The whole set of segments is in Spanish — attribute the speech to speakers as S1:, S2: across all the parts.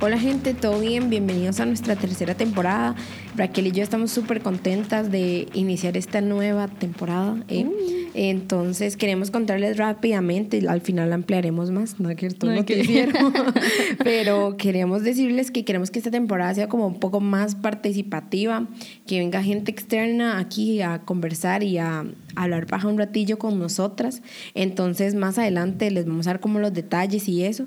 S1: Hola gente, ¿todo bien? Bienvenidos a nuestra tercera temporada. Raquel y yo estamos súper contentas de iniciar esta nueva temporada. ¿eh? Entonces queremos contarles rápidamente, y al final ampliaremos más, no que todo
S2: No,
S1: lo que
S2: que-
S1: hicieron, pero queremos decirles que queremos que esta temporada sea como un poco más participativa, que venga gente externa aquí a conversar y a hablar paja un ratillo con nosotras. Entonces más adelante les vamos a dar como los detalles y eso.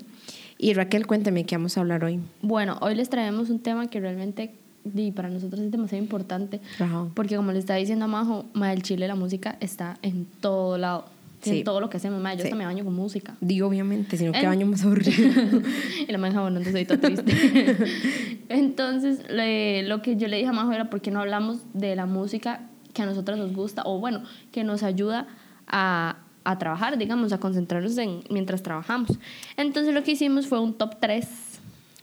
S1: Y Raquel, cuéntame qué vamos a hablar hoy.
S2: Bueno, hoy les traemos un tema que realmente di, para nosotros es demasiado importante.
S1: Ajá.
S2: Porque como le estaba diciendo a Majo, ma, el chile la música está en todo lado.
S1: Sí.
S2: En todo lo que hacemos, ma, yo
S1: Sí.
S2: hasta me baño con música.
S1: Digo obviamente, sino que
S2: En-
S1: baño más aburrido.
S2: y la manja, bueno, entonces estoy toda triste. entonces, le- lo que yo le dije a Majo era por qué no hablamos de la música que a nosotras nos gusta o bueno, que nos ayuda a, a trabajar, digamos, a concentrarnos en, mientras trabajamos. Entonces lo que hicimos fue un top 3.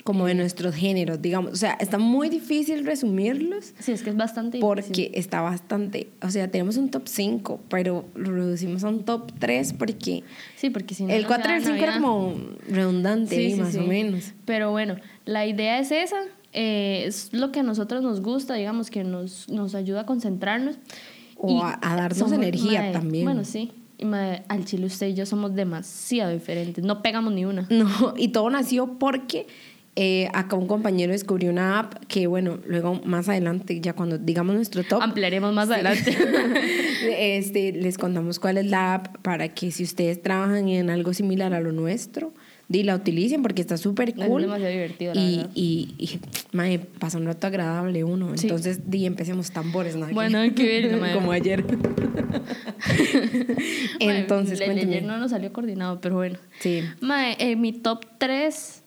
S1: como de nuestros géneros, digamos. O sea, está muy difícil resumirlos
S2: Sí, es que es bastante difícil.
S1: porque está bastante, o sea, tenemos un top 5, pero lo reducimos a un top 3 porque
S2: Sí, porque si no,
S1: el
S2: no
S1: 4
S2: se
S1: y el
S2: da
S1: 5 era
S2: Navidad.
S1: como redundante, ahí,
S2: Sí, sí,
S1: más
S2: sí.
S1: o menos.
S2: Pero bueno, la idea es esa. eh, es lo que a nosotros nos gusta, digamos, que nos, nos ayuda a concentrarnos.
S1: O a- a darnos energía también.
S2: Bueno, sí. Y, mae, al chile usted y yo somos demasiado diferentes. No pegamos ni una.
S1: No, y todo nació porque eh, acá un compañero descubrió una app que, bueno, luego más adelante, ya cuando digamos nuestro top,
S2: Ampliaremos más adelante.
S1: este, les contamos cuál es la app para que si ustedes trabajan en algo similar a lo nuestro, di la utilicen porque está súper
S2: Es
S1: cool.
S2: demasiado divertido, la
S1: y,
S2: verdad.
S1: y, y, mae, pasa un rato agradable uno.
S2: Sí.
S1: Entonces, di, empecemos tambores, ¿no? Aquí.
S2: Bueno, hay que ver, mae.
S1: Como ayer.
S2: Mae,
S1: Entonces,
S2: el de
S1: cuénteme.
S2: ayer no nos salió coordinado, pero bueno.
S1: Sí.
S2: Mae, eh, mi top 3.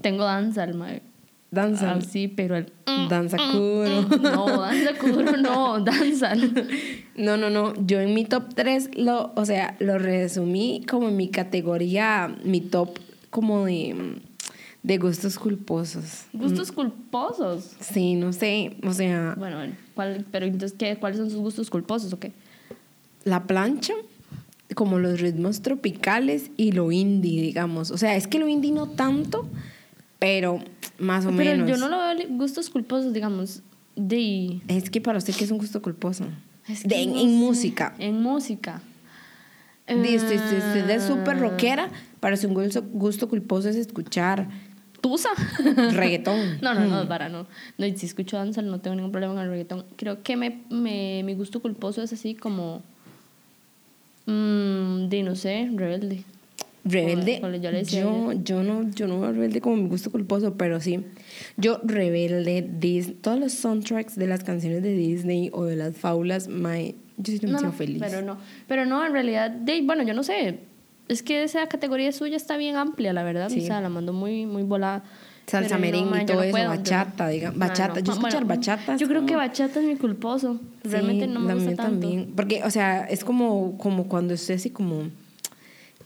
S2: Tengo danza, al mae.
S1: Danza.
S2: Ah, sí, pero el.
S1: Danza
S2: mm,
S1: kuro.
S2: No, danza kuduro, no, danza.
S1: No, no, no. Yo en mi top 3, lo, o sea, lo resumí como en mi categoría, mi top como de, de gustos culposos.
S2: Gustos culposos.
S1: Sí, no sé. O sea,
S2: Bueno, bueno. ¿cuál- pero entonces, ¿qué, ¿cuáles son sus gustos culposos o qué?
S1: la plancha, como los ritmos tropicales y lo indie, digamos. O sea, es que lo indie no tanto, pero más o
S2: Pero
S1: menos.
S2: yo no lo veo li- gustos culposos, digamos, de...
S1: Es que para usted que es un gusto culposo.
S2: es que
S1: De- en,
S2: no
S1: en
S2: sé, Ah.
S1: música. este,
S2: En música. Ah,
S1: Dice, si usted es súper
S2: rockera.
S1: rockera, para su gusto, gusto culposo es escuchar
S2: ¿Tusa?
S1: reggaetón. Mm.
S2: No, no, no, para, no. no. y Si escucho danza no tengo ningún problema con el reggaetón. Creo que me, me- mi gusto culposo es así como... mm, de, no sé, rebelde.
S1: Rebelde.
S2: Como- como yo le decía
S1: yo, yo no, yo no veo rebelde como mi gusto culposo, pero sí. Yo rebelde, Dis- todos los soundtracks de las canciones de Disney o de las fábulas, mae, yo sí me
S2: No,
S1: siento
S2: no,
S1: feliz.
S2: Pero no, pero no, en realidad, de, bueno, yo no sé. Es que esa categoría suya está bien amplia, la verdad.
S1: Sí.
S2: O sea, la mando muy, muy volada.
S1: Salsa
S2: Pero
S1: merengue y
S2: ma, yo
S1: todo eso,
S2: puedo, yo Ah,
S1: bachata, diga- bachata. Yo escuchar bachata es
S2: Yo creo que
S1: como-
S2: bachata es mi culposo.
S1: Sí,
S2: Realmente no me
S1: la
S2: gusta
S1: mía
S2: tanto.
S1: también. Porque, o sea, es como, como cuando estoy así como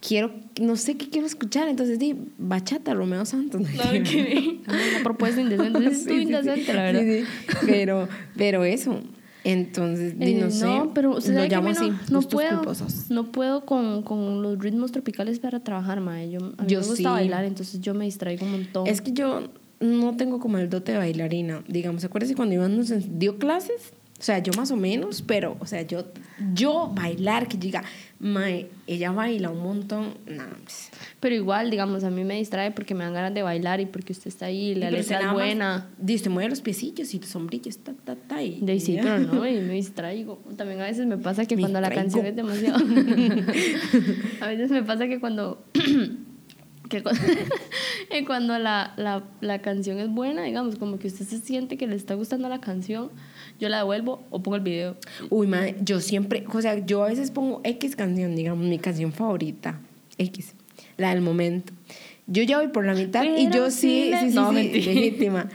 S1: quiero, no sé qué quiero escuchar, entonces di bachata, Romeo Santos.
S2: No, que- Una propuesta indecente.
S1: Sí,
S2: Es
S1: sí, sí.
S2: indecente, la verdad.
S1: Sí, sí. Pero, pero eso. Entonces, di,
S2: Eh,
S1: no, sé.
S2: pero usted
S1: lo
S2: sabe que
S1: llamo
S2: a mí
S1: así,
S2: no, no
S1: gustos
S2: puedo,
S1: culposos.
S2: no puedo con, con los ritmos tropicales para trabajar, mae. Yo, a mí
S1: Yo
S2: me gusta
S1: sí.
S2: bailar, entonces yo me distraigo un montón.
S1: Es que yo no tengo como el dote de bailarina, digamos. Acuérdese cuando Iván nos ens- dio clases, o sea, yo más o menos, pero, o sea, yo, yo bailar, que diga, mae, ella baila un montón, pues, nada más.
S2: Pero igual, digamos, a mí me distrae porque me dan ganas de bailar y porque usted está ahí, la letra es buena.
S1: Dice, mueve los piecillos y los sombrillos, ta, ta, ta. Y,
S2: De ahí sí,
S1: y ya.
S2: pero no, y me distraigo. También a veces me pasa que
S1: Me
S2: cuando la
S1: distraigo.
S2: canción es demasiado... a veces me pasa que cuando... que cu- que cuando la, la, la canción es buena, digamos, como que usted se siente que le está gustando la canción, yo la devuelvo o pongo el video.
S1: Uy, mae, yo siempre, o sea, yo a veces pongo X canción, digamos, mi canción favorita, X, la del momento. Yo ya voy por la mitad y
S2: Pero
S1: yo sí,
S2: si le-
S1: sí, sí,
S2: No,
S1: sí,
S2: mentira.
S1: legítima.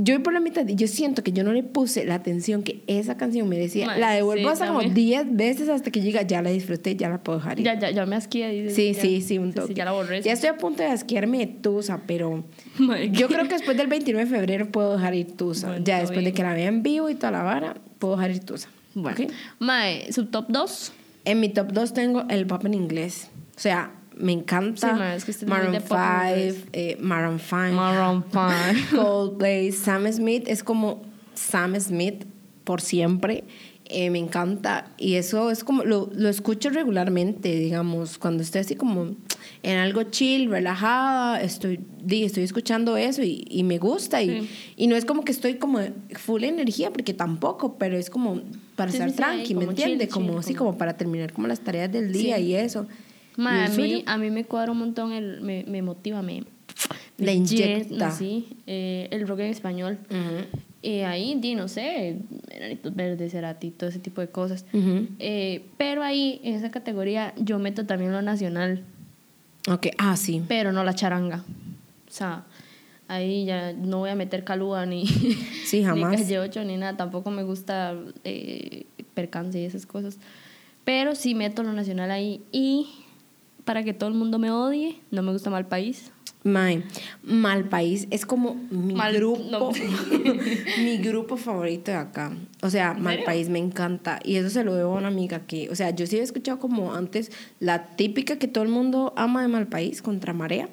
S1: Yo voy por la mitad y yo siento que yo no le puse la atención que esa canción merecía.
S2: Mae,
S1: la devuelvo
S2: sí,
S1: hasta como
S2: también.
S1: 10 veces hasta que llega, ya la disfruté, ya la puedo dejar ir.
S2: Ya, ya, ya me asquía. dice,
S1: sí,
S2: ya.
S1: sí, sí, un toque.
S2: ya la borré.
S1: Ya estoy a punto de asquearme de Tusa, pero
S2: Mae,
S1: yo creo que después del 29 de febrero puedo dejar ir Tusa.
S2: Bueno,
S1: ya
S2: está
S1: después de
S2: bien.
S1: que la vea en vivo y toda la vara, puedo dejar ir Tusa.
S2: Bueno.
S1: ¿Ok?
S2: Mae, su top 2.
S1: En mi top 2 tengo el pop en inglés. O sea, me encanta.
S2: Sí, ma, es que usted es muy
S1: Maroon
S2: de pop, entonces.
S1: 5, eh, Maroon 5,
S2: Maroon 5.
S1: Coldplay, Sam Smith es como Sam Smith por siempre. Eh, me encanta y eso es como lo, lo escucho regularmente, digamos, cuando estoy así como en algo chill, relajada, estoy, di, estoy escuchando eso y, y me gusta y,
S2: Sí.
S1: y no es como que estoy como full energía porque tampoco, pero es como para
S2: Sí,
S1: estar
S2: sí, sí, ahí,
S1: tranqui, ¿me
S2: como chill,
S1: entiendes?
S2: chill,
S1: Como así
S2: como-
S1: como para terminar como las tareas del
S2: Sí.
S1: día y eso.
S2: Ma,
S1: ¿Y
S2: a,
S1: el
S2: mí,
S1: suyo?
S2: a mí me cuadra un montón, el, me, me motiva, me... me
S1: Le
S2: jet-
S1: inyecta.
S2: sí, eh, el rock en español.
S1: Ujú.
S2: Y ahí, di, no sé, Enanitos Verdes, Cerati, todo ese tipo de cosas.
S1: Ujú.
S2: Eh, pero ahí, en esa categoría, yo meto también lo nacional,
S1: Ok, ah, sí.
S2: pero no la charanga. O sea, ahí ya no voy a meter calúa ni,
S1: Sí, jamás.
S2: ni calle 8 ni nada. Tampoco me gusta eh, percance y esas cosas. Pero sí meto lo nacional ahí. Y para que todo el mundo me odie, no me gusta mal país.
S1: Mae, Mal País es como mi
S2: Mal-
S1: grupo,
S2: no.
S1: mi grupo favorito de acá. O sea,
S2: ¿En
S1: Mal
S2: serio?
S1: País me encanta. Y eso se lo debo a una amiga que, o sea, yo sí he escuchado como antes la típica que todo el mundo ama de Mal País contra Marea.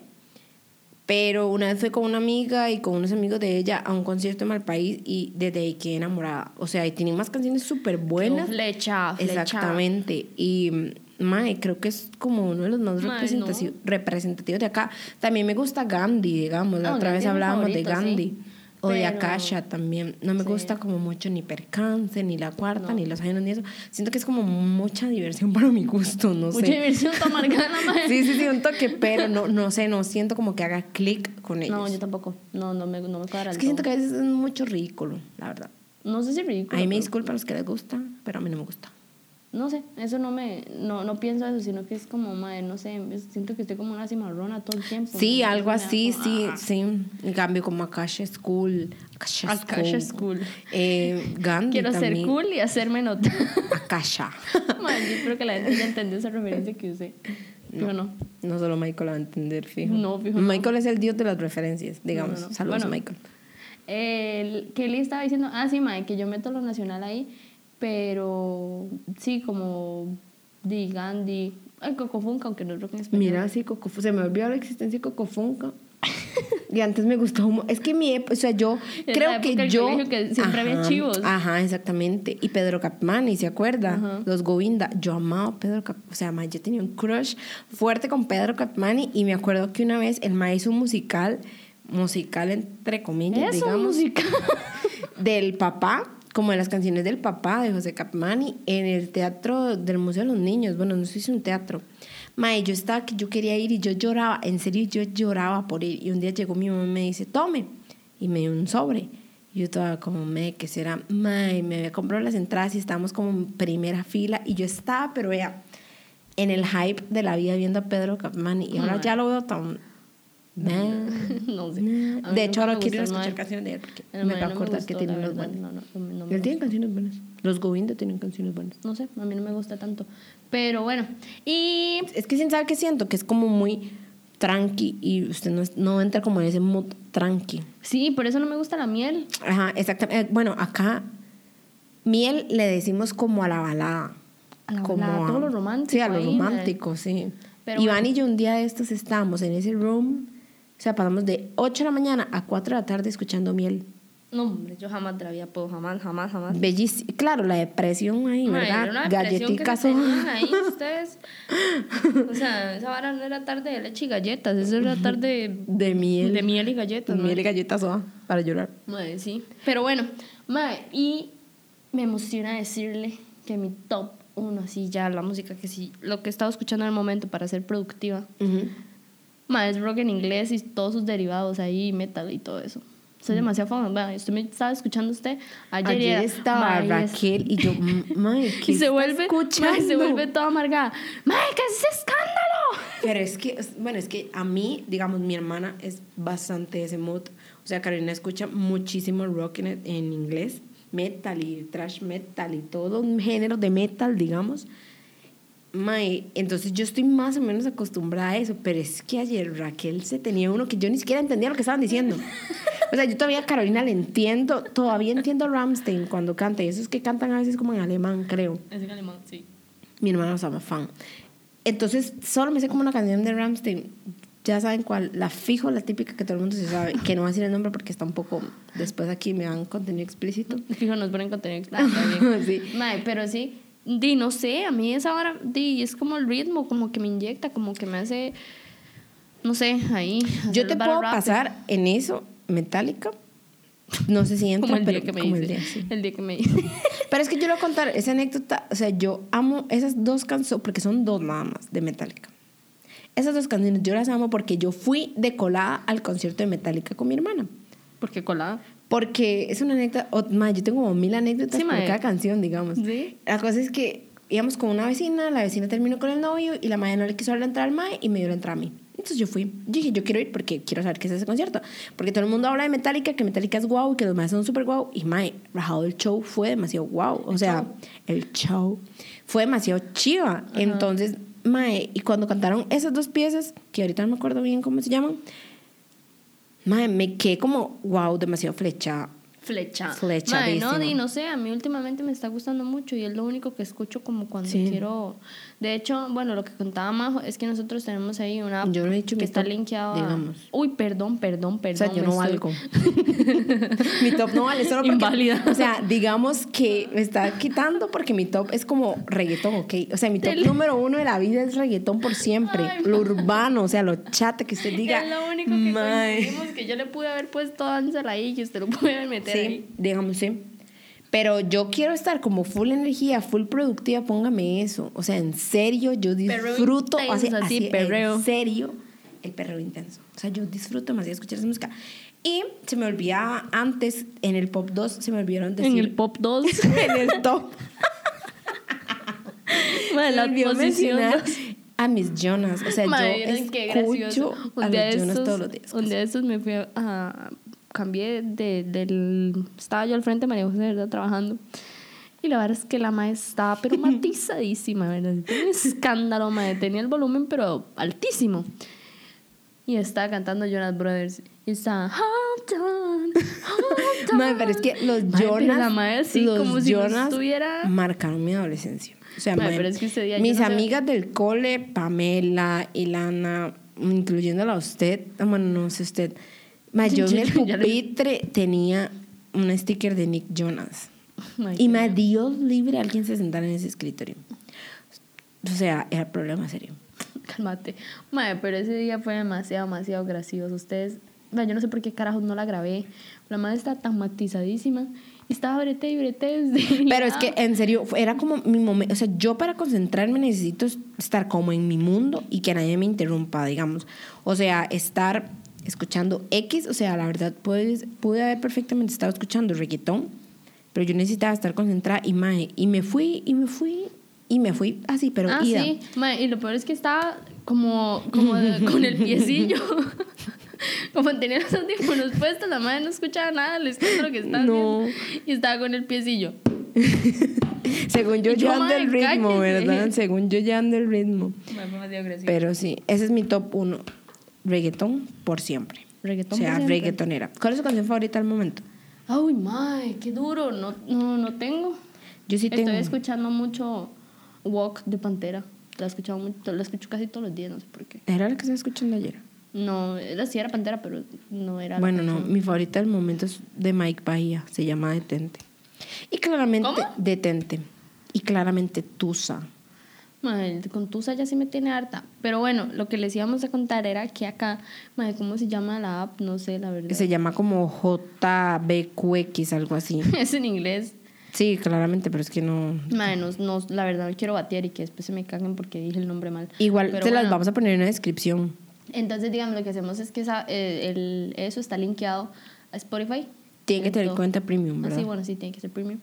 S1: Pero una vez fui con una amiga y con unos amigos de ella a un concierto de Mal País y desde ahí quedé enamorada. O sea, y tienen más canciones súper buenas.
S2: No, flecha, flecha.
S1: Exactamente. Y, mae, creo que es como uno de los más
S2: Mae,
S1: representati-
S2: no.
S1: representativos de acá. También me gusta Gandhi, digamos. La
S2: Ah,
S1: otra
S2: Gandhi
S1: vez
S2: es mi
S1: hablábamos de
S2: favorito,
S1: Gandhi.
S2: sí.
S1: O de
S2: Pero-
S1: Akasha también. No me
S2: Sí.
S1: gusta como mucho ni Percance, ni La Cuarta,
S2: No.
S1: ni Los Ajenos, ni eso. Siento que es como mucha diversión para mi gusto, no
S2: Mucha
S1: sé.
S2: diversión, está marcada la madre.
S1: Sí, sí, sí, un toque, pero no, no sé, no siento como que haga clic con ellos.
S2: No, yo tampoco. No, no me, no me cuadra.
S1: es
S2: del
S1: que siento que
S2: todo.
S1: a veces es mucho ridículo, la verdad.
S2: No sé si es ridículo.
S1: Ahí me
S2: pero-
S1: disculpan los que les gusta, pero a mí no me gusta.
S2: No sé, eso no me. No, no pienso eso, sino que es como, madre, no sé. es- Siento que estoy como una cimarrona todo el tiempo.
S1: Sí,
S2: ¿no?
S1: algo
S2: Me da
S1: así,
S2: como,
S1: sí,
S2: ah.
S1: sí. En cambio, como Akasha School. Akasha School.
S2: Akasha es cool.
S1: Eh, Gandhi
S2: Quiero ser
S1: también.
S2: cool y hacerme notar.
S1: Akasha.
S2: Madre, yo creo que la gente ya entendió esa referencia que usé. Pero no.
S1: No solo Michael la va a entender, fijo.
S2: No, fijo, no.
S1: Michael es el dios de las referencias, digamos.
S2: No, no, no.
S1: Saludos,
S2: Bueno.
S1: Michael.
S2: El, que le estaba diciendo, ah, sí, madre, que yo meto lo nacional ahí, pero sí, como Di Gandhi, el Cocofunca, aunque no es rock en español.
S1: Mira, sí, Coco, se me olvidó la existencia de Cocofunca. Y antes me gustó. mu- Es que mi época, o sea, yo
S2: la
S1: creo
S2: época
S1: que
S2: del
S1: yo.
S2: colegio que siempre había chivos.
S1: Ajá, exactamente. Y Pedro Capmani, ¿se acuerda?
S2: Ajá.
S1: Los Govinda. Yo amaba a Pedro Capmani. O sea, ma, yo tenía un crush fuerte con Pedro Capmani. Y me acuerdo que una vez el ma hizo un musical, musical entre comillas,
S2: Es un
S1: digamos
S2: musical.
S1: del papá, como de las canciones del papá de José Capmani, en el teatro del Museo de los Niños. Bueno, no sé si es un teatro. Mae, yo estaba que yo quería ir y yo lloraba, en serio, yo lloraba por ir. Y un día llegó mi mamá y me dice, tome. Y me dio un sobre. Y yo estaba como, me, ¿qué será? Mae, me había comprado las entradas y estábamos como en primera fila. Y yo estaba, pero vea, en el hype de la vida viendo a Pedro Capmani. Y ahora
S2: Mae.
S1: ya lo veo tan. Nah.
S2: no sé. A mí
S1: Mm. De hecho,
S2: nunca
S1: ahora
S2: me
S1: quiero ir a escuchar
S2: gustó, madre.
S1: canciones de él porque me
S2: El Mae
S1: va a
S2: no me
S1: acordar que
S2: gustó,
S1: tiene
S2: la
S1: unas
S2: verdad,
S1: buenas.
S2: no, no, no me- no me
S1: Él tiene canciones buenas. Los Govinda tienen canciones buenas.
S2: No sé, a mí no me gusta tanto. Pero bueno, y
S1: Es que sin saber qué siento, que es como muy tranqui y usted no, es- no entra como en ese mood tranqui.
S2: sí, por eso no me gusta la miel.
S1: Ajá, exactamente. Eh, Bueno, acá miel le decimos como a la balada.
S2: A la balada, todo lo romántico
S1: Sí, a lo
S2: ahí,
S1: romántico, sí.
S2: Pero
S1: Iván
S2: bueno.
S1: y yo un día de estos estábamos en ese room. O sea, pasamos de 8 de la mañana a 4 de la tarde escuchando miel.
S2: No, hombre, yo jamás te la había podido, jamás, jamás, jamás.
S1: Bellísimo. Claro, la depresión ahí,
S2: Madre,
S1: ¿verdad?
S2: era una depresión que
S1: Galletitas.
S2: se tenían ahí ustedes. O sea, esa vara no era tarde de leche y galletas, esa era tarde
S1: De miel.
S2: de miel y galletas.
S1: miel y
S2: madre.
S1: galletas soda para llorar.
S2: Madre, sí. Pero bueno, madre, y me emociona decirle que mi top uno, así ya, la música que sí, lo que he estado escuchando en el momento para ser productiva, madre, es rock en inglés y todos sus derivados ahí, metal y todo eso. Soy demasiado fan. madre, usted me estaba escuchando usted ayer. y
S1: Mm. Ayer
S2: era,
S1: estaba
S2: madre,
S1: Raquel y yo, "M- mae, ¿qué
S2: Y se
S1: está
S2: vuelve, madre, se
S1: escuchando?"
S2: vuelve toda amargada. Madre, ¿qué es ese escándalo?
S1: Pero es que, es- bueno, es que a mí, digamos, mi hermana es bastante ese mood. O sea, Carolina escucha muchísimo rock en, en inglés, metal y trash metal y todo un género de metal, digamos. Mae, entonces yo estoy más o menos acostumbrada a eso, pero es que ayer Raquel se tenía uno que yo ni siquiera entendía lo que estaban diciendo. O sea, yo todavía a Carolina le entiendo, todavía entiendo a Rammstein cuando canta, y esos que cantan a veces como en alemán, creo.
S2: Es en alemán, sí.
S1: Mi hermana se llama fan. Entonces, solo me sé como una canción de Ramstein. Ya saben cuál, la fijo, la típica que todo el mundo se sabe, que no va a decir el nombre porque está un poco. Después aquí me dan contenido explícito.
S2: Fijo, nos ponen contenido extra, está bien.
S1: Sí.
S2: Mae, pero sí, di, no sé, a mí esa hora, di, es como el ritmo, como que me inyecta, como que me hace, no sé, ahí. hacer
S1: Yo te
S2: los battle
S1: puedo
S2: raps.
S1: pasar en eso, Metallica. No sé si entra,
S2: Como el
S1: pero
S2: día que me
S1: como el
S2: hice.
S1: día, sí.
S2: El día que me hice.
S1: Pero es que yo le voy a contar esa anécdota. O sea, yo amo esas dos canciones, porque son dos nada más de Metallica. Esas dos canciones yo las amo porque yo fui de colada al concierto de Metallica con mi hermana.
S2: Porque colada.
S1: Porque es una anécdota, o- ma, yo tengo como mil anécdotas
S2: Sí,
S1: por
S2: mae.
S1: cada canción, digamos.
S2: Sí.
S1: La cosa es que íbamos con una vecina, la vecina terminó con el novio y la madre no le quiso dar la entrada al mae y me dio la entrada a mí. Entonces yo fui, yo dije, yo quiero ir porque quiero saber qué es ese concierto. Porque todo el mundo habla de Metallica, que Metallica es guau, que los maes son súper guau. Y mae, rajado el show fue demasiado guau. O sea, el show fue demasiado chiva. Entonces, mae, y cuando cantaron esas dos piezas, que ahorita no me acuerdo bien cómo se llaman, mae, me quedé como, wow, demasiado flechada.
S2: Flecha. Mae,
S1: Flechadísima.
S2: no, di, no sé, a mí últimamente me está gustando mucho y es lo único que escucho como cuando
S1: Sí.
S2: quiero. De hecho, bueno, lo que contaba Majo es que nosotros tenemos ahí una app
S1: Yo no he dicho
S2: que
S1: mi
S2: está
S1: top,
S2: linkeada.
S1: digamos.
S2: Uy, perdón, perdón, perdón.
S1: O sea, yo
S2: me
S1: no
S2: estoy-
S1: valgo. mi top no vale solo porque,
S2: Inválida.
S1: O sea, digamos que me está quitando porque mi top es como reggaetón, ¿ok? O sea, mi top
S2: Del-
S1: número uno de la vida es reggaetón por siempre.
S2: Ay,
S1: lo
S2: ma.
S1: urbano, o sea, lo chata que usted diga.
S2: es lo único que
S1: "Mae".
S2: coincidimos que yo le pude haber puesto Ansel ahí y usted lo pudo haber meter
S1: Sí,
S2: ahí.
S1: digamos, sí. Pero yo quiero estar como full energía, full productiva, póngame eso. O sea, en serio, yo
S2: Perreo
S1: disfruto
S2: intenso,
S1: así,
S2: así,
S1: así,
S2: perreo.
S1: en serio el perreo intenso. O sea, yo disfruto demasiado escuchar esa música. Y se me olvidaba antes, en el Pop 2, se me olvidaron decir...
S2: En el pop 2.
S1: en el top.
S2: Mae,
S1: se
S2: la
S1: me olvidó
S2: posición
S1: mencionar
S2: dos.
S1: a mis Jonas. O sea,
S2: Mae,
S1: yo
S2: vieron qué gracioso.
S1: escucho a
S2: Un día de
S1: los Jonas
S2: estos-
S1: todos los días. pues.
S2: Un día de estos me fui a... a- cambié de, del... Estaba yo al frente de María José, ¿verdad? Trabajando. Y la verdad es que la madre estaba pero matizadísima, ¿verdad? Un escándalo, madre. Tenía el volumen pero altísimo. Y estaba cantando Jonas Brothers. Y estaba... Hold on, hold on.
S1: Mae, pero es que los
S2: Mae, pero
S1: Jonas,
S2: la madre así
S1: los
S2: como si no
S1: Jonas
S2: estuviera-
S1: marcaron mi adolescencia. O sea,
S2: Mae,
S1: mae,
S2: pero es que ese día yo
S1: mis
S2: no sé-
S1: amigas del cole, Pamela, Ilana, incluyéndola a usted, ah, bueno, no sé usted, mae, yo en el
S2: Yo ya le-
S1: pupitre tenía un sticker de Nick Jonas.
S2: Mae,
S1: y me Dios libre alguien se sentara en ese escritorio. O sea, era problema serio.
S2: Cálmate. Mae, pero ese día fue demasiado, demasiado gracioso. Ustedes, mae, yo no sé por qué carajos no la grabé. La madre está tan matizadísima. Y estaba brete y brete desde
S1: Pero
S2: la-
S1: es que, en serio, fue- era como mi momento. O sea, yo para concentrarme necesito es- estar como en mi mundo y que nadie me interrumpa, digamos. O sea, estar escuchando X. O sea, la verdad, pues, pude haber perfectamente estado escuchando reggaetón, pero yo necesitaba estar concentrada y mae, Y me fui, y me fui, y me fui así, pero
S2: Ah,
S1: ida.
S2: sí. Mae, y lo peor es que estaba como, como de- con el piecillo. como tenía los audífonos puestos, la madre no escuchaba nada, le escuchaba lo que estaba
S1: No.
S2: haciendo. Y estaba con el piecillo.
S1: Según yo,
S2: Y yo,
S1: ya ando
S2: mae,
S1: el ritmo,
S2: cállese.
S1: ¿verdad? Según yo, ya ando el ritmo.
S2: Mae, fue demasiado gracioso.
S1: Pero sí, ese es mi top uno. Reggaetón por siempre.
S2: Reggaetón
S1: O sea,
S2: por siempre.
S1: reggaetonera. ¿Cuál es su canción favorita al momento?
S2: Ay, mae, qué duro. No, no, no tengo.
S1: Yo sí
S2: Estoy
S1: tengo.
S2: escuchando mucho Walk de Pantera. La he escuchado mucho, la escucho casi todos los días, no sé por qué.
S1: Era la que estaba escuchando ayer.
S2: No, era, sí era Pantera, pero no era. la
S1: Bueno, no,
S2: canción.
S1: mi favorita del momento es de Mike Bahía, se llama Detente. Y claramente,
S2: ¿Cómo?
S1: Detente. Y claramente Tusa.
S2: Mae, con Tusa ya sí me tiene harta. Pero bueno, lo que les íbamos a contar era que acá, mae, ¿cómo se llama la app? No sé, la verdad.
S1: Que se llama como JBQX, algo así.
S2: es en inglés.
S1: Sí, claramente, pero es que no.
S2: Mae, no, no, la verdad no quiero batear y que después se me caguen porque dije el nombre mal.
S1: Igual
S2: Pero
S1: se las
S2: bueno.
S1: vamos a poner en la descripción.
S2: Entonces, digamos, lo que hacemos es que esa- eh, el- eso está linkeado a Spotify.
S1: Tiene que tener
S2: Entonces-
S1: cuenta premium,
S2: Ah,
S1: ¿verdad?
S2: sí, bueno, sí, tiene que ser premium.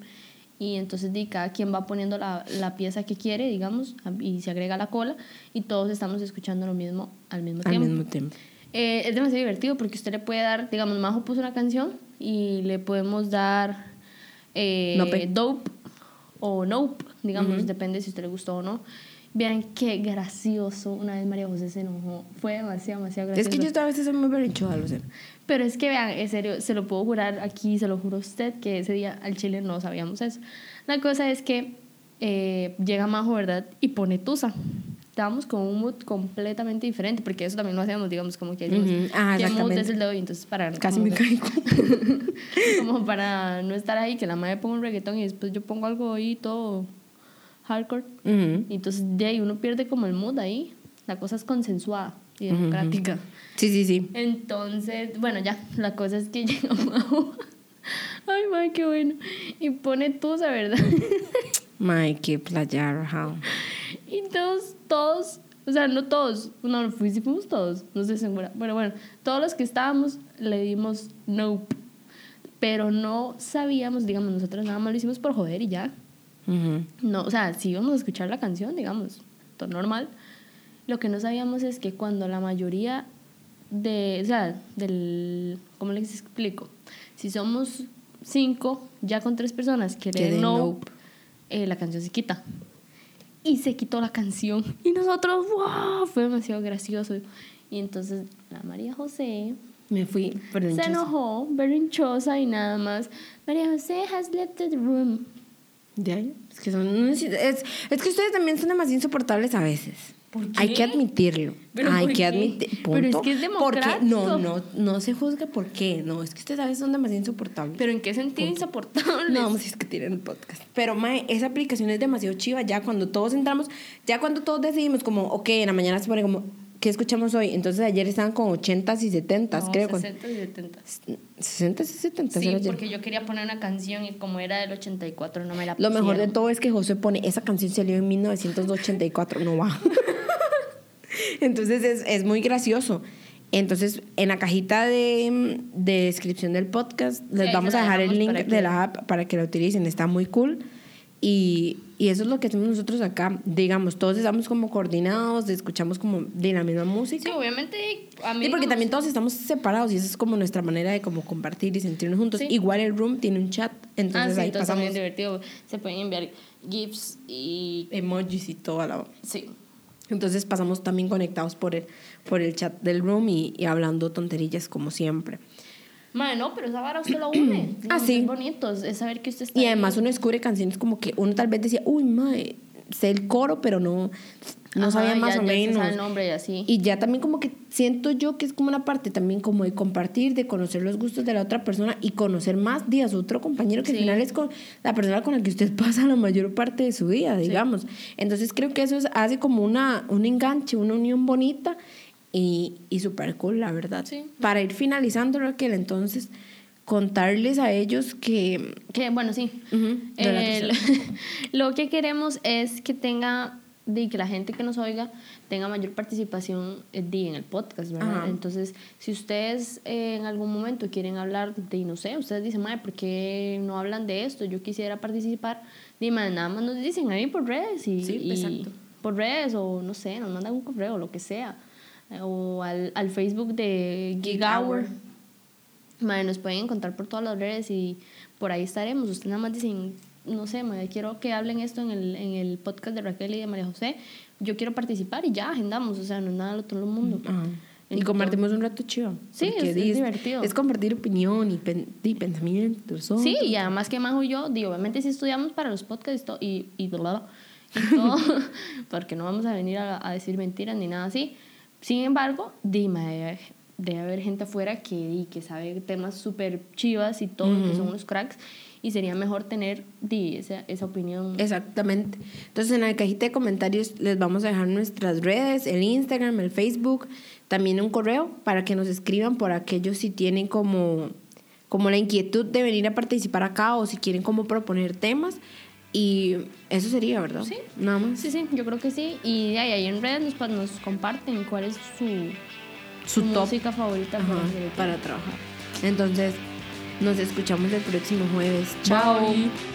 S2: Y entonces di, cada quien va poniendo la, la pieza que quiere, digamos, y se agrega la cola y todos estamos escuchando lo mismo al mismo
S1: al
S2: tiempo.
S1: mismo tiempo.
S2: Eh, es demasiado divertido porque usted le puede dar, digamos, Majo puso una canción y le podemos dar eh,
S1: Nope.
S2: Dope o Nope, digamos, depende si a usted le gustó o no. Vean qué gracioso. Una vez María José se enojó. Fue demasiado, demasiado gracioso.
S1: Es que yo a veces soy muy berrinchuda, lo sé.
S2: Pero es que vean, en serio, se lo puedo jurar aquí, se lo juro a usted, que ese día al chile no sabíamos eso. La cosa es que eh, llega Majo, ¿verdad? Y pone Tusa. estábamos con un mood completamente diferente, porque eso también lo hacíamos, digamos, como que decimos,
S1: Ujú, ah,
S2: ¿qué mood
S1: exactamente.
S2: es el de hoy? Entonces, para...
S1: Casi
S2: como
S1: me
S2: que-
S1: caigo.
S2: como para no estar ahí, que la madre ponga un reggaetón y después yo pongo algo ahí todo hardcore.
S1: Ujú.
S2: Y entonces de ahí uno pierde como el mood ahí. La cosa es consensuada y democrática.
S1: Sí, sí, sí.
S2: Entonces, bueno, ya, la cosa es que llega Mau. Ay, madre, qué bueno. Y pone tusa, ¿verdad?
S1: Mae, qué playa, rajao.
S2: Y todos, todos, o sea, no todos, no, fuimos, fuimos todos, no sé si fuera, pero bueno, todos los que estábamos le dimos nope. Pero no sabíamos, digamos, nosotros nada más lo hicimos por joder y ya.
S1: Ujú.
S2: No, o sea, sí íbamos a escuchar la canción, digamos, todo normal. Lo que no sabíamos es que cuando la mayoría de, o sea, del, ¿cómo les explico? Si somos cinco, ya con tres personas que
S1: Que
S2: le den
S1: den
S2: nope,
S1: nope.
S2: eh, la canción se quita. Y se quitó la canción. Y nosotros, wow, fue demasiado gracioso. Y entonces la María José
S1: Me fui, perdón.
S2: se enojó, berrinchosa y nada más. María José has left the room.
S1: ¿De ahí? Es que, son- es, es que ustedes también son demasiado insoportables a veces.
S2: ¿Por
S1: Hay
S2: qué?
S1: que admitirlo.
S2: ¿Pero
S1: Hay
S2: por
S1: que
S2: qué?
S1: admitirlo.
S2: Pero es que es democrático.
S1: No, no, no se juzga por qué. No, es que ustedes a veces son demasiado insoportables.
S2: ¿Pero en qué sentido insoportable?
S1: no vamos a discutir en el podcast. Pero, mae, esa aplicación es demasiado chiva. Ya cuando todos entramos, ya cuando todos decidimos, como, ok, en la mañana se pone como, ¿qué escuchamos hoy? Entonces ayer estaban con 80s y 70s, creo. con-
S2: 60 y 70.
S1: 60 y 70
S2: Sí,
S1: era ayer.
S2: porque yo quería poner una canción y como era del 84 no me la
S1: Lo
S2: pusieron.
S1: mejor de todo es que José pone, esa canción salió en 1984, no va. Entonces es, es muy gracioso. Entonces, en la cajita de, mm, de descripción del podcast, les
S2: ahí
S1: vamos
S2: se
S1: a
S2: la
S1: dejar el
S2: dejamos
S1: link
S2: para que-
S1: de la app para que la utilicen. Está muy cool. Y, y eso es lo que hacemos nosotros acá. Digamos, todos estamos como coordinados, escuchamos como de la misma música.
S2: Sí, obviamente a mí
S1: Sí, porque
S2: digamos,
S1: también todos estamos separados y esa es como nuestra manera de como compartir y sentirnos juntos.
S2: Sí.
S1: Igual el room tiene un chat, entonces
S2: ah, sí,
S1: ahí
S2: entonces
S1: pasamos
S2: también es divertido. Se pueden enviar gifs y
S1: emojis y toda la...
S2: sí.
S1: Entonces pasamos también conectados por el, por el chat del room y, y hablando tonterillas como siempre.
S2: Madre, no, pero esa vara usted la une.
S1: Ah,
S2: Digamos,
S1: sí.
S2: Es bonito, es saber que usted está
S1: Y
S2: ahí.
S1: además uno descubre canciones como que uno tal vez decía, uy, mae, sé el coro, pero no, no
S2: Ajá,
S1: sabía más
S2: ya-
S1: o
S2: ya se sabe
S1: menos.
S2: el nombre y así.
S1: Y ya también como que siento yo que es como una parte también como de compartir, de conocer los gustos de la otra persona y conocer más de a su otro compañero que al
S2: Sí.
S1: final es con la persona con la que usted pasa la mayor parte de su vida, digamos. Entonces creo que eso es- hace como una, un enganche, una unión bonita y, y súper cool, la verdad.
S2: Sí.
S1: Para ir finalizando, Raquel, entonces contarles a ellos que...
S2: Que bueno, sí.
S1: Ujú, de la
S2: El- lo que queremos es que tenga de que la gente que nos oiga tenga mayor participación eh, di, en el podcast, ¿verdad?
S1: Ajá.
S2: Entonces, si ustedes eh, en algún momento quieren hablar de, no sé, ustedes dicen, madre, ¿por qué no hablan de esto? Yo quisiera participar. Dime, nada más nos dicen ahí por redes y,
S1: Sí,
S2: y-
S1: exacto.
S2: por redes o no sé, nos mandan un correo, lo que sea. eh, O al, al Facebook de Gig,
S1: Gig
S2: Hour.
S1: Hour.
S2: Madre, nos pueden encontrar por todas las redes y por ahí estaremos. Ustedes nada más dicen, no sé, madre, quiero que hablen esto en el, en el podcast de Raquel y de María José. Yo quiero participar y ya agendamos. O sea, no es nada del otro mundo. pues.
S1: Ajá. Y
S2: Entonces-
S1: compartimos un rato chido.
S2: Sí,
S1: porque
S2: es- es
S1: di,
S2: divertido.
S1: Es compartir opinión y, pen- y pensamientos. son-
S2: Sí, y además que Majo y yo, digo, obviamente sí estudiamos para los podcasts y to- y, y, bla, bla, y todo, porque no vamos a venir a, a decir mentiras ni nada así. Sin embargo, dime, debe haber gente afuera que, di, que sabe temas súper chivas y todo, que son unos cracks, y sería mejor tener di, esa, esa opinión.
S1: Exactamente. Entonces en la cajita de comentarios les vamos a dejar nuestras redes, el Instagram, el Facebook, también un correo para que nos escriban por aquellos si tienen como, como la inquietud de venir a participar acá o si quieren como proponer temas. Y eso sería, ¿verdad?
S2: Sí.
S1: Nada más.
S2: Sí, sí, yo creo que sí. Y de ahí, ahí en redes nos, pa- nos comparten cuál es su,
S1: Su top.
S2: música favorita
S1: Ajá,
S2: para hacer el
S1: para trabajar. Entonces, nos escuchamos el próximo jueves. Chao.
S2: Bye.